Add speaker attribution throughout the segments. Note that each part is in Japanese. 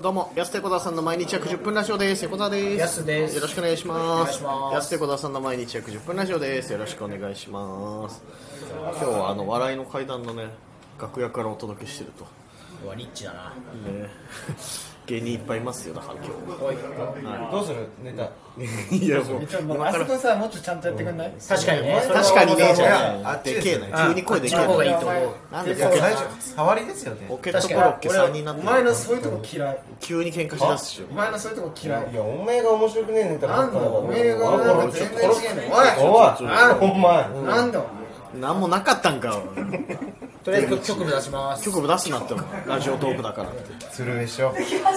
Speaker 1: どうも、安手小沢さんの毎日約10分ラジオです。横澤です。
Speaker 2: やすです
Speaker 1: よろしくお願いします。
Speaker 2: お願いします
Speaker 1: 安手小沢さんの毎日約10分ラジオです。よろしくお願いします。今日はあの笑いの階段のね、楽屋からお届けしてると。
Speaker 2: うわリッチだな
Speaker 1: ね、芸人いっぱいいますよ、だから
Speaker 3: おいどうするネタ
Speaker 1: 今日。いや、もう、
Speaker 3: あそこさもっとちゃんとやってくんない
Speaker 2: 確かにねそれは
Speaker 1: 確かにね、じゃ
Speaker 3: いや
Speaker 1: な
Speaker 3: あ
Speaker 1: い。
Speaker 3: っち
Speaker 1: で
Speaker 3: です
Speaker 1: けえな、急に声でけ
Speaker 2: あっちの方がいい
Speaker 1: え
Speaker 2: と思う
Speaker 1: な。なん
Speaker 3: い
Speaker 1: で
Speaker 3: や
Speaker 1: ボケ
Speaker 3: 大丈夫触りですよね
Speaker 1: ポケットコロッケさんになって
Speaker 3: お
Speaker 1: る
Speaker 3: 前のそういうとこ嫌い
Speaker 1: 急に喧嘩しだすしよ
Speaker 3: お。前のそういうとこ嫌い
Speaker 4: いや、お前が面白くねえネタば
Speaker 3: な
Speaker 4: っ
Speaker 3: ん
Speaker 4: か
Speaker 3: だ
Speaker 4: だから
Speaker 3: おめえがなんか全然違えねお
Speaker 4: おいお前
Speaker 3: いなんだ
Speaker 1: なんもなかったんか。
Speaker 2: とりあえず曲曲目出します
Speaker 1: 局部出すなって、ラジオトークだからって。
Speaker 4: 鶴瓶師匠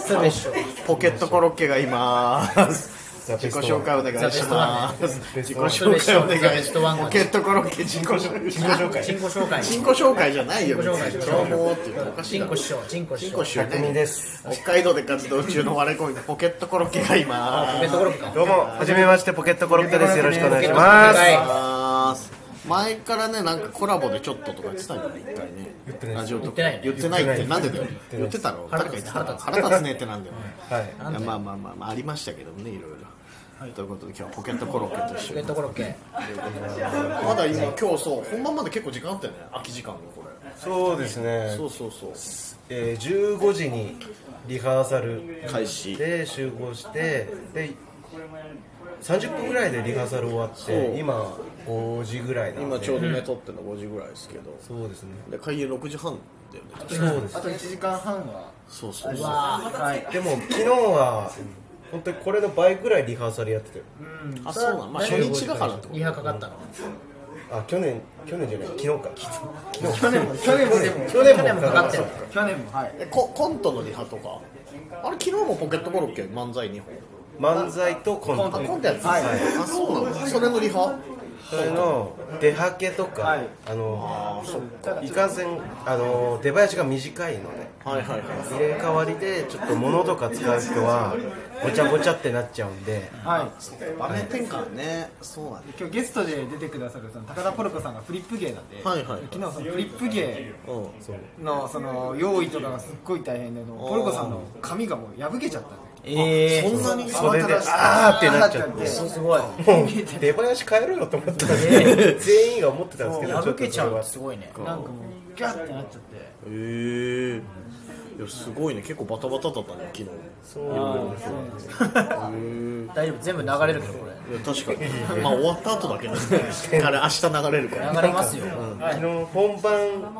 Speaker 2: それでしょ
Speaker 1: ポケットコロッケがいます。
Speaker 4: ザ
Speaker 1: 自
Speaker 4: ベ
Speaker 1: 己
Speaker 4: スト
Speaker 1: 紹介お願いします。
Speaker 4: ベ
Speaker 1: 自
Speaker 4: ス
Speaker 1: 己
Speaker 4: トワン
Speaker 1: 紹介お
Speaker 2: ザ
Speaker 1: 願
Speaker 2: ベ
Speaker 1: いし
Speaker 2: スト
Speaker 1: ま
Speaker 2: ワン
Speaker 1: す。ポケットコロッケ自己紹介。
Speaker 2: チンコ紹介
Speaker 1: 人工紹介じゃないよ。
Speaker 2: 自己紹介
Speaker 1: 別にどうもっていうのおかしい
Speaker 2: チ
Speaker 1: だ
Speaker 2: ンコ
Speaker 1: ろ。
Speaker 2: 師匠チンコ師匠
Speaker 1: 人工紹介
Speaker 4: 匠です
Speaker 1: 北海道で活動中の我コミポケットコロッケがいま
Speaker 2: ベッドコロッケか
Speaker 4: どうも、はじめまして、ポケットコロッケです。よろしくお願いし
Speaker 2: ポケットコロッ
Speaker 4: ま
Speaker 2: ケ
Speaker 4: す。
Speaker 2: はい
Speaker 1: す。前からねなんかコラボでちょっととか言ってたんじゃない一回ね言って
Speaker 4: ない
Speaker 1: ラジオと
Speaker 2: 言ってない
Speaker 1: 言ってないってなんでだよ
Speaker 4: てない
Speaker 1: 言ってたろ誰か言ってた
Speaker 2: 腹
Speaker 1: ら
Speaker 2: 立
Speaker 1: 腹立つねってなんだよ
Speaker 4: はい。
Speaker 1: いやまあまあまあまあありましたけどもねいろいろということで今日はポケットコロッケと一緒
Speaker 2: ベ
Speaker 1: に
Speaker 2: ッドコロッケ
Speaker 1: まだ今今日そう本番まで結構時間あったよね空き時間がこれ
Speaker 4: そうですね
Speaker 1: そ、うそうそう
Speaker 4: えー、15時にリハーサル
Speaker 1: 開始
Speaker 4: で集合して、で、30分ぐらいでリハーサル終わっ
Speaker 1: そう
Speaker 4: て、今、5時ぐらいなんで。
Speaker 1: 今ちょうどね撮ってるの5時ぐらいですけど
Speaker 4: そうですね。
Speaker 1: で開演6時半だよね確か
Speaker 4: そうです
Speaker 3: あ。と1時間半は
Speaker 1: そうそうそう
Speaker 2: あ
Speaker 3: はい
Speaker 4: でも、昨日は、本当にこれの倍ぐらいリハーサルやってたよ。
Speaker 1: あそうなんまあ初日だからってこ
Speaker 2: リハかかったの
Speaker 4: あ、去年、去年じゃない、昨日か。
Speaker 3: 去年も去年もでも
Speaker 4: 去年も
Speaker 2: 去年もかかってる
Speaker 3: 去年もはい
Speaker 1: とえココントのリハとかあれ昨日もポケットコロッケ漫才2本
Speaker 4: 漫才とコン
Speaker 1: あ
Speaker 4: ト
Speaker 1: コントやってた、
Speaker 3: はい
Speaker 1: あそうなのそれのリハ
Speaker 4: それの出はけとか、
Speaker 3: はい
Speaker 4: あのいかんせんあの出囃子が短いので
Speaker 1: はいはいはい
Speaker 4: 入れ替わりでちょっと物とか使う人はごちゃごちゃってなっちゃうんで
Speaker 3: はい
Speaker 1: 場面転換ねそうなんだ
Speaker 3: 今日ゲストで出てくださるその高田ポルコさんがフリップ芸なんで、
Speaker 1: はいはい
Speaker 3: 昨日そのフリップ芸
Speaker 1: うん
Speaker 4: そう
Speaker 3: のその用意とかがすっごい大変であのポルコさんの髪がもう破けちゃったんで
Speaker 2: え
Speaker 1: そんなに
Speaker 4: それであーってなっちゃって
Speaker 2: すごい
Speaker 4: もう出囃子変えろよと思ってたんで全員が思ってたんですけど
Speaker 2: 破けちゃう
Speaker 4: ょ
Speaker 2: の
Speaker 4: っと
Speaker 2: すごいね
Speaker 3: なんかもうギャッてなっちゃって
Speaker 1: へえいやすごいね結構バタバタだったね昨日
Speaker 4: それはそう
Speaker 3: そうなんですよ
Speaker 2: 大丈夫全部流れるけどこれ
Speaker 1: いや確かに まあ終わった後だけどねあれ明日流れるから
Speaker 2: 流れますよ
Speaker 4: 昨日本番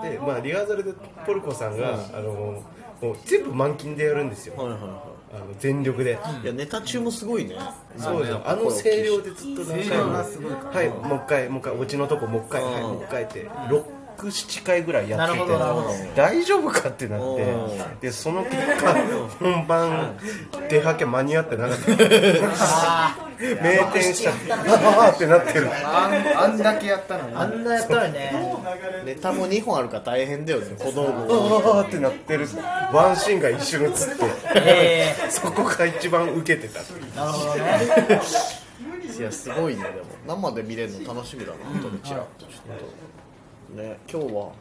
Speaker 4: で、まあ、リハーサルでポルコさんが、あのもう全部満勤でやるんですよ、
Speaker 1: はいはいは
Speaker 4: あの全力で、
Speaker 1: いいやネタ中もすごいね
Speaker 4: そうですあの声量でずっと何回も
Speaker 3: がすごいか
Speaker 4: はいもう一回もう一回オチのとこもう一回はいもう一回って67回ぐらいやって
Speaker 2: なるほどなるほど
Speaker 4: て大丈夫かってなっ
Speaker 1: う
Speaker 4: てでその結果本番出はけ間に合ってなかった名店したああってなってる
Speaker 3: あんあんだけやったのに
Speaker 2: あんなやったらね
Speaker 1: ネタも2本あるから大変だよね小道具を
Speaker 4: ああってなってるワンシーンが一瞬映って
Speaker 2: え
Speaker 4: そこが一番ウケてた
Speaker 2: ーなるほどね
Speaker 1: いやすごいねでも生で見れるの楽しみだな本当にちらっとちょっとね今日は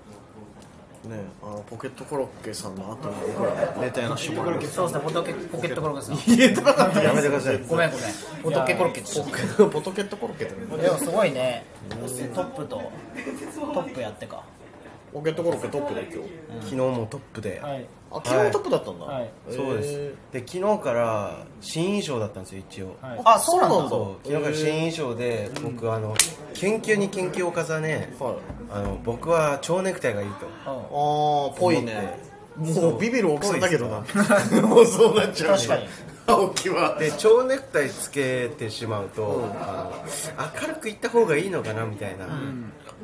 Speaker 1: ねあのポケットコロッケさんの後に僕らネタやらしてもらいます
Speaker 2: そうですねポトケポケットコロッケさん
Speaker 1: 言えてなかった
Speaker 4: やめてください
Speaker 2: ごめんごめんポトケコロッケです
Speaker 1: ポポトケットコロッケって
Speaker 2: でもすごいねトップとトップやってか
Speaker 1: ポケットコロッケトップで今日
Speaker 4: 昨日もトップで
Speaker 3: はい
Speaker 1: あ昨日トップだったんだ、
Speaker 3: はい
Speaker 4: そうです
Speaker 1: へ
Speaker 4: で昨日から新衣装だったんですよ一応
Speaker 3: はい
Speaker 1: あそうなんだ
Speaker 4: そう昨日から新衣装で僕あの研究に研究を重ね
Speaker 1: はい
Speaker 4: あの僕は蝶ネクタイがいいと
Speaker 1: ああぽいねもうビビる大きさだけどな
Speaker 4: ぽ
Speaker 1: もうそうなっちゃう
Speaker 2: 確かに
Speaker 1: 青木は
Speaker 4: で蝶ネクタイつけてしまうとあの明るくいった方がいいのかなみたいな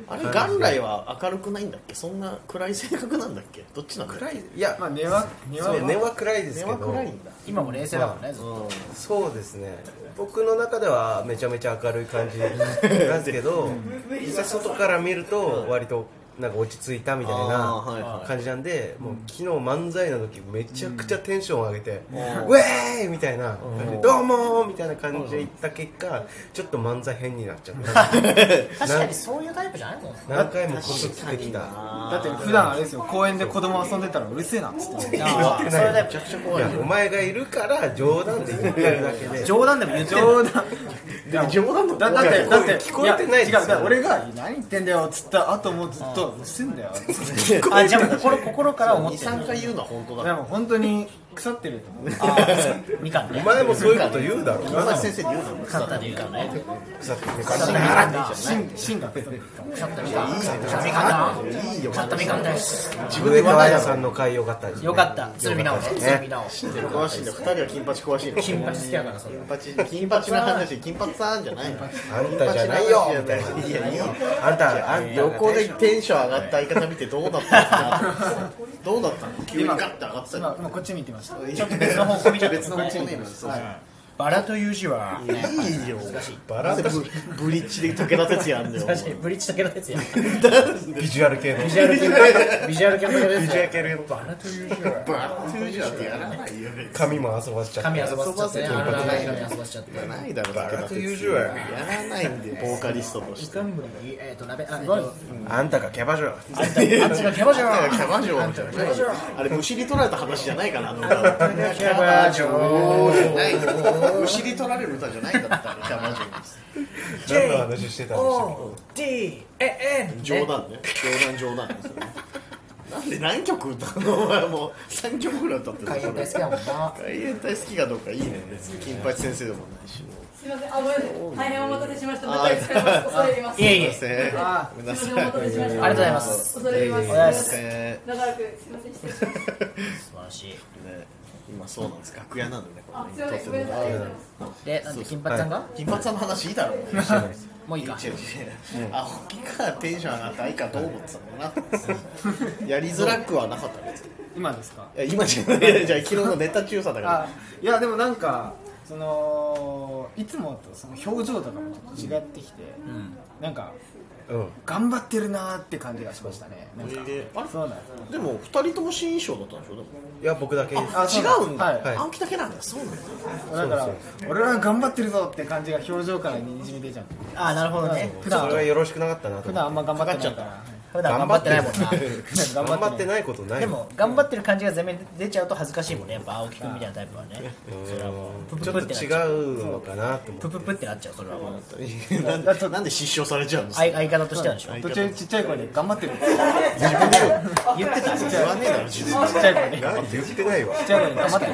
Speaker 1: あれ元来は明るくないんだっけそんな暗い性格なんだっけどっちなんだっけ
Speaker 4: 暗いいや
Speaker 3: まあ根は根は
Speaker 4: そう根は暗いです
Speaker 1: 根
Speaker 4: け
Speaker 1: は
Speaker 4: ど
Speaker 1: 暗いんだ
Speaker 2: 今も冷静だもんねずっと
Speaker 4: そうですね僕の中では めちゃめちゃ明るい感じなんですけど実際外から見ると割となんか落ち着いたみたい
Speaker 1: あーはいは
Speaker 4: ない感じなんで、もう昨日漫才の時めちゃくちゃテンション上げて、
Speaker 1: ん
Speaker 4: ウェーイみたいな感じ
Speaker 1: う
Speaker 4: で
Speaker 1: ん
Speaker 4: どうもーみたいな感じで行った結果ちょっと漫才変になっちゃった
Speaker 2: 確かにそういうタイプじゃないもん
Speaker 4: 何回もこすってきた
Speaker 3: だって普段あれですよ公園で子供遊んでたらうるせえなっつって
Speaker 2: あーそれで
Speaker 1: めちゃくちゃ
Speaker 4: い
Speaker 1: 怖い
Speaker 4: やお前がいるから冗談で言ってるだけで
Speaker 3: 冗談でも言って冗談
Speaker 1: でも冗談だ
Speaker 3: だだってだって
Speaker 4: 聞こえてないです
Speaker 3: や
Speaker 4: よ
Speaker 3: 違うだから俺が何言ってんだよっつった後もずっとうるせえんだよっつって
Speaker 2: あじゃあもう心心から思ってる
Speaker 1: 23回言うのは本当だ
Speaker 3: でも本当に腐ってると思う
Speaker 2: あーみかん
Speaker 4: お
Speaker 2: ね
Speaker 4: 前もそういうこと言うだろう
Speaker 1: 山
Speaker 4: な
Speaker 1: 崎先生に言うのも
Speaker 2: 腐ったみかんね
Speaker 4: 腐っててから
Speaker 3: 芯芯が太ってる
Speaker 2: 腐ったみかん腐ったみかんだ
Speaker 1: いいよ
Speaker 2: 腐ったみかんです
Speaker 4: 自分で川谷さんの回良かったですね
Speaker 2: よかった鶴見直し鶴見直し
Speaker 1: 詳しいんだよ二人は金八詳しいの
Speaker 2: 金八好きやからそれ
Speaker 1: 金八金八の話金八さんじゃないの
Speaker 4: あんたじゃないよみたい
Speaker 1: いやいいよ
Speaker 4: なあんたあんた
Speaker 1: 横でテンション上がった相方見てどうだったのかなどうだったの急にガッて上がってた
Speaker 3: 今
Speaker 1: の
Speaker 3: 今こっち見てました
Speaker 1: ちょっと
Speaker 2: 別の方向見ちゃった
Speaker 1: 別の方向見ますそうそう
Speaker 2: バラという字はい
Speaker 1: いよ
Speaker 4: バラ
Speaker 1: なんでブブリッジで武田鉄矢あんだよお前
Speaker 2: 確かにブリッジだけのやつや
Speaker 4: ビジュアル系のビ
Speaker 2: ビジュアル系のビジュアル系のや
Speaker 4: ジ
Speaker 2: つ
Speaker 4: ュアル
Speaker 2: や
Speaker 4: 系の
Speaker 2: バラという字は
Speaker 1: バッ通じゃってやらないよ
Speaker 4: 髪も遊ばしちゃった
Speaker 2: 髪遊ばせちゃってねあの長い髪遊ばせちゃって
Speaker 1: やらないだろ
Speaker 4: バラ
Speaker 1: 武田
Speaker 4: と
Speaker 1: 鉄
Speaker 4: 友情
Speaker 1: 矢や
Speaker 4: や
Speaker 1: らないんでボーカリストとして
Speaker 2: えっと鍋あえっと
Speaker 4: あんたがキャバ嬢だ
Speaker 2: あんたあっちがキャバ嬢
Speaker 1: キャバ嬢みたいなあれむしり取られた話じゃないかなあの歌
Speaker 2: キャバ嬢
Speaker 1: じゃないむしり取られる歌じゃないんだったらキャバ嬢です
Speaker 4: 何の話してたんでしたっ
Speaker 2: D A N
Speaker 1: 冗談ね冗談冗談ですよねなんで何曲歌うのお前もう3曲ぐらい歌ってる
Speaker 2: 海洋大好きやもんな
Speaker 1: 海援隊好きかどうかいいね別に金八先生でもないし
Speaker 5: すみません、あ、ごめんなさい。大変お待たせしました。中井使います。恐れ入ります。
Speaker 2: いえ
Speaker 1: す
Speaker 2: い
Speaker 1: いませ
Speaker 2: え
Speaker 1: ん
Speaker 3: あ
Speaker 1: ごめんな
Speaker 5: す
Speaker 1: さ
Speaker 5: み
Speaker 1: い
Speaker 5: ません、お待たせし
Speaker 2: あ
Speaker 5: ました。
Speaker 2: りがとうございます
Speaker 5: 恐れ入ります。
Speaker 2: ざいます
Speaker 1: すいませんね
Speaker 5: 長らく、すみません、失礼しました。
Speaker 2: 素晴らしい
Speaker 1: 今そうなんです楽屋なんでねこ
Speaker 5: あ、すみ
Speaker 1: れ
Speaker 5: ま
Speaker 1: ね
Speaker 5: せん、ごめんなさい。ありがとうございます。
Speaker 2: でなんで金髪さんが
Speaker 1: 金八さんの話いいだろうね
Speaker 2: もういいか
Speaker 1: 違う違う違うあホキからテンション上がったいかどう思ってたのかなやりづらくはなかった別に
Speaker 3: 今ですか
Speaker 1: いや今じゃないいやじゃあ昨日のネタ中さだ
Speaker 3: あ
Speaker 1: か
Speaker 3: いやでもなんかそのいつもとその表情とかもちょっと違ってきて、なんか
Speaker 4: すかうん
Speaker 3: 頑張ってるなーって感じがしましたねなんか
Speaker 1: らであれ
Speaker 3: そうなんです
Speaker 1: でも2人とも新衣装だったんでしょでも
Speaker 4: いや僕だけです
Speaker 3: あそ
Speaker 1: 違
Speaker 3: な
Speaker 1: うんだ、
Speaker 3: はい、
Speaker 4: い
Speaker 1: 青木だけなんだそうなんだ
Speaker 3: だから
Speaker 4: そう
Speaker 3: 俺ら頑張ってるぞって感じが表情からにじみ出ちゃう
Speaker 2: あなるほどね
Speaker 3: そう
Speaker 2: 普
Speaker 4: それ
Speaker 2: 段
Speaker 4: はよろしくなかったなと
Speaker 3: 普
Speaker 4: 思
Speaker 3: 段あ
Speaker 4: っ
Speaker 3: んま頑張ってないから
Speaker 2: 普段頑張ってないもんな
Speaker 4: て頑張ってないことない
Speaker 2: でも頑張ってる感じが全面に出ちゃうと恥ずかしいもんねやっぱ青木君みたいなタイプはね
Speaker 4: うん
Speaker 2: それはもうププ
Speaker 4: ちょ
Speaker 2: プ
Speaker 4: っ
Speaker 2: って
Speaker 4: と
Speaker 2: なっち
Speaker 4: 違
Speaker 2: ゃう
Speaker 4: うのかなと思って
Speaker 2: プププってなっちゃうそれはもう
Speaker 1: なんでなんで失笑されちゃうんですか
Speaker 2: 相相方としてはでしょ
Speaker 1: はい
Speaker 3: 途中ちっちゃい声で頑張ってるって
Speaker 2: 言ってた
Speaker 1: 言わねえだろ自分
Speaker 3: ちっちゃい声でちっ
Speaker 4: なんて言ってないわ
Speaker 3: ちゃい声で頑張ってる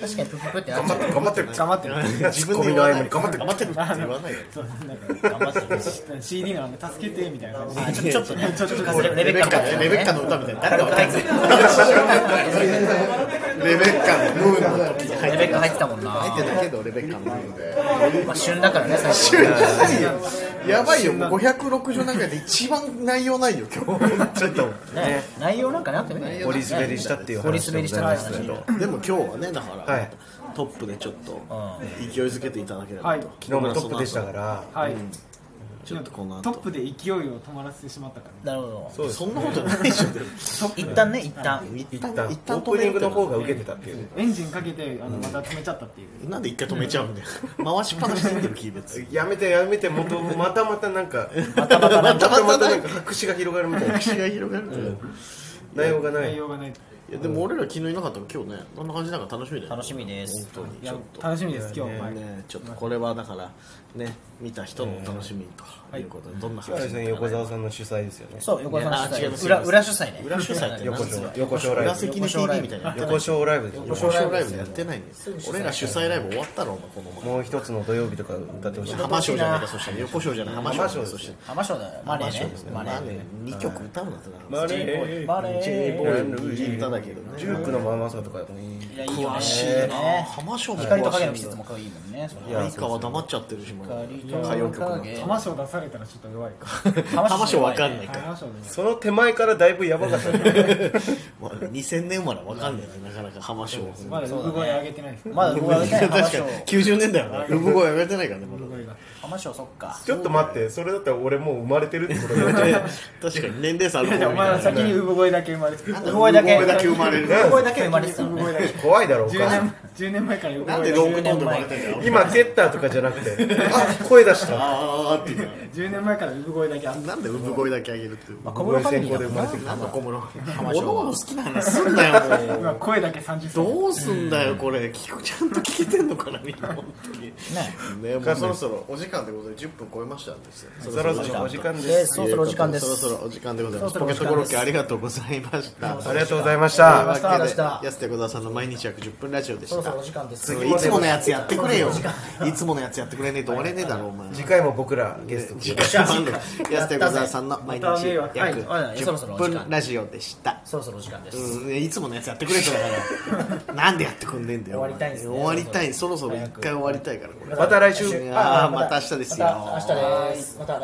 Speaker 2: 確かにプププってなっちゃう
Speaker 4: 頑張ってる
Speaker 3: 頑張ってる
Speaker 1: 自分で
Speaker 4: ツッコミ
Speaker 1: 言
Speaker 4: の
Speaker 1: わ
Speaker 4: 合
Speaker 1: な
Speaker 4: 間
Speaker 1: い
Speaker 4: に頑張ってる
Speaker 1: 頑張ってるって言わないよ
Speaker 2: 頑張ってる
Speaker 3: CD のあの助けてみたいな感じで
Speaker 2: あちょちょっとねちょっとレ
Speaker 1: レ
Speaker 2: ベ
Speaker 1: ベ
Speaker 2: ッ
Speaker 1: ッ
Speaker 2: カ
Speaker 1: カ
Speaker 2: みたい
Speaker 1: ね
Speaker 2: な
Speaker 1: レベッカ
Speaker 2: ね
Speaker 1: の歌みたいな誰が歌うんレベッカのムーンの時に入
Speaker 2: レ
Speaker 1: って
Speaker 2: ベッカ入ってたもんな
Speaker 1: 入ってたけどレベッカのムーンで
Speaker 2: まあ旬だからね最初
Speaker 1: やばいよもう560何回で一番内容ないよ今日ちょっと
Speaker 2: ね内容なんかなくてね
Speaker 4: 掘り滑りしたっていう
Speaker 2: 掘り
Speaker 4: 話
Speaker 2: 滑
Speaker 4: でご
Speaker 2: りし
Speaker 4: ざ
Speaker 2: た
Speaker 4: い
Speaker 2: ら
Speaker 4: ま
Speaker 2: し
Speaker 4: す
Speaker 2: い
Speaker 4: けど
Speaker 1: でも今日はねだから、
Speaker 4: はい
Speaker 1: トップでちょっと勢いづけていただければ
Speaker 3: はい
Speaker 1: と、
Speaker 4: 昨日もトップでしたから
Speaker 3: はい、
Speaker 1: ちょっとこの後
Speaker 3: トップで勢いを止まらせてしまったから
Speaker 2: なるほど
Speaker 4: そうです
Speaker 1: そんなことないでしょでも
Speaker 2: 一旦ね一旦
Speaker 1: 一
Speaker 4: 一
Speaker 1: 旦
Speaker 4: 旦
Speaker 1: 一
Speaker 4: オ
Speaker 1: 旦
Speaker 4: ープニングの
Speaker 1: 止めるって
Speaker 4: 方が受けてたっていうね
Speaker 3: エンジンかけてあのまた止めちゃったっていう、
Speaker 1: なんで一回止めちゃうんだよ回しっぱなしでいいんだよキーベツ
Speaker 4: やめてやめてもうまたまたなんか
Speaker 2: またまた
Speaker 4: ま
Speaker 2: なんか
Speaker 4: たまたなんか白紙が広がるみたいな
Speaker 1: 口が広がるい
Speaker 4: 内容がない
Speaker 3: 内容がない
Speaker 1: やでも俺ら昨日いなかったの今日ねどんな感じなんか楽しみだよ
Speaker 2: 楽しみです
Speaker 1: 本当に
Speaker 3: い
Speaker 1: ち
Speaker 3: や
Speaker 1: ょっと
Speaker 3: 楽しみです今日、はい
Speaker 1: ねちょっとこれはだからね見た人のお楽しみということでどんな
Speaker 4: 今日は
Speaker 1: 話
Speaker 4: ですね横澤さんの主催ですよね
Speaker 2: そう横澤さん
Speaker 1: あ違い
Speaker 2: 主
Speaker 1: ます
Speaker 2: 催裏裏主催ね
Speaker 1: 裏主催って
Speaker 4: 横
Speaker 1: 何
Speaker 4: 丁横丁ラ
Speaker 1: 裏
Speaker 4: イブ
Speaker 1: 席に TV みたいなのやってない
Speaker 4: 横丁ライブですよ
Speaker 1: 横丁ライブやってないんです俺ら主催ライブ終わったろお前この前
Speaker 4: もう一つの土曜日とか歌ってほしい
Speaker 1: 浜章じゃないかそして横章じゃない浜章
Speaker 4: 浜章です
Speaker 1: そして
Speaker 2: 浜松だよマネーねマ
Speaker 1: ま
Speaker 2: ネ
Speaker 1: あ
Speaker 2: ー
Speaker 1: ね2曲歌うなってな
Speaker 4: マネー
Speaker 2: マネ
Speaker 1: ボ
Speaker 2: ー
Speaker 1: ーイの歌だけどね
Speaker 4: ジュークのママさんとか
Speaker 2: いやいいよね
Speaker 1: 詳しいな浜章も
Speaker 2: 光と影の
Speaker 1: 詳
Speaker 2: 季
Speaker 1: しい
Speaker 2: 節も可愛いもんねそれ
Speaker 1: いや以下は黙っちゃってるしもう歌謡曲なんて
Speaker 3: 玉賞出されたらちょっと弱いか
Speaker 1: 浜章わかんないから
Speaker 3: 玉賞で
Speaker 4: その手前からだいぶやばかった ね
Speaker 1: まあ2000年生まれはわかんないねなかなか浜章
Speaker 3: まだ産声上げてないです
Speaker 2: まだ僕はね浜
Speaker 1: 確か
Speaker 2: 松
Speaker 1: に90年代はね産声上げてないからねまだ
Speaker 3: 産声が浜松そっか
Speaker 4: ちょっと待ってそれだったら俺もう生まれてるってことになっちゃう
Speaker 1: で確かに年齢差ある
Speaker 3: いやいやお前は先に産声だけ生まれてた産声
Speaker 1: だ
Speaker 3: だ
Speaker 1: け
Speaker 3: け
Speaker 1: 生まれる
Speaker 3: 産声だけ生まれてたのね
Speaker 4: 怖いだろお
Speaker 3: 10
Speaker 4: 母さん
Speaker 3: 年10年前から産声
Speaker 1: なんでロークトーンで生まれてんだよ
Speaker 4: 今蹴ったとかじゃなくてあ声出した
Speaker 1: あーって言うか
Speaker 3: 10年前から産声だけあった
Speaker 1: らなんで産声だけあげるっていう
Speaker 3: まあ小室ファミリーだもん
Speaker 4: 小室先行で生ま
Speaker 3: な
Speaker 4: れてき
Speaker 1: なんだ小室おのおの好きな話すんなよも
Speaker 3: 今
Speaker 1: う
Speaker 3: 声だけ30歳
Speaker 1: どうすんだよこれ聞くちゃんと聞いてんのかなみんな本当にねもうそろそろお時間でございます10分超えましたんですよ
Speaker 4: そろそろお時間で
Speaker 2: えー
Speaker 4: す
Speaker 2: そろそろお時間です
Speaker 1: そろそろお時間でございます
Speaker 3: そ
Speaker 1: ポ
Speaker 3: ろ
Speaker 1: ケッ
Speaker 3: そ
Speaker 1: ト
Speaker 3: ろ
Speaker 1: コロ
Speaker 3: お時間です
Speaker 1: ッケありがとうございました
Speaker 4: ありがとうございました
Speaker 1: というわけで
Speaker 2: ありがとうございました
Speaker 1: 安手小沢さんの毎日約10分ラジオでし
Speaker 2: そろそ
Speaker 1: た
Speaker 2: ろお時間です
Speaker 1: いつものやつやってくれよいつものやつやってくれねえと終われねえだろお前
Speaker 4: 次回も僕らゲスト
Speaker 1: 時間番組安手小沢さんの毎日約10分ラジオでした
Speaker 2: そろそろお時間です、
Speaker 1: うん、いつものやつやってくれとだ からなんでやってくんねえんだよ
Speaker 2: 終わりたいんですね
Speaker 1: 終わりたいそろそろ一回終わりたいからこれ
Speaker 4: また来週
Speaker 1: ああまた明日ですよ
Speaker 2: また明日ですまた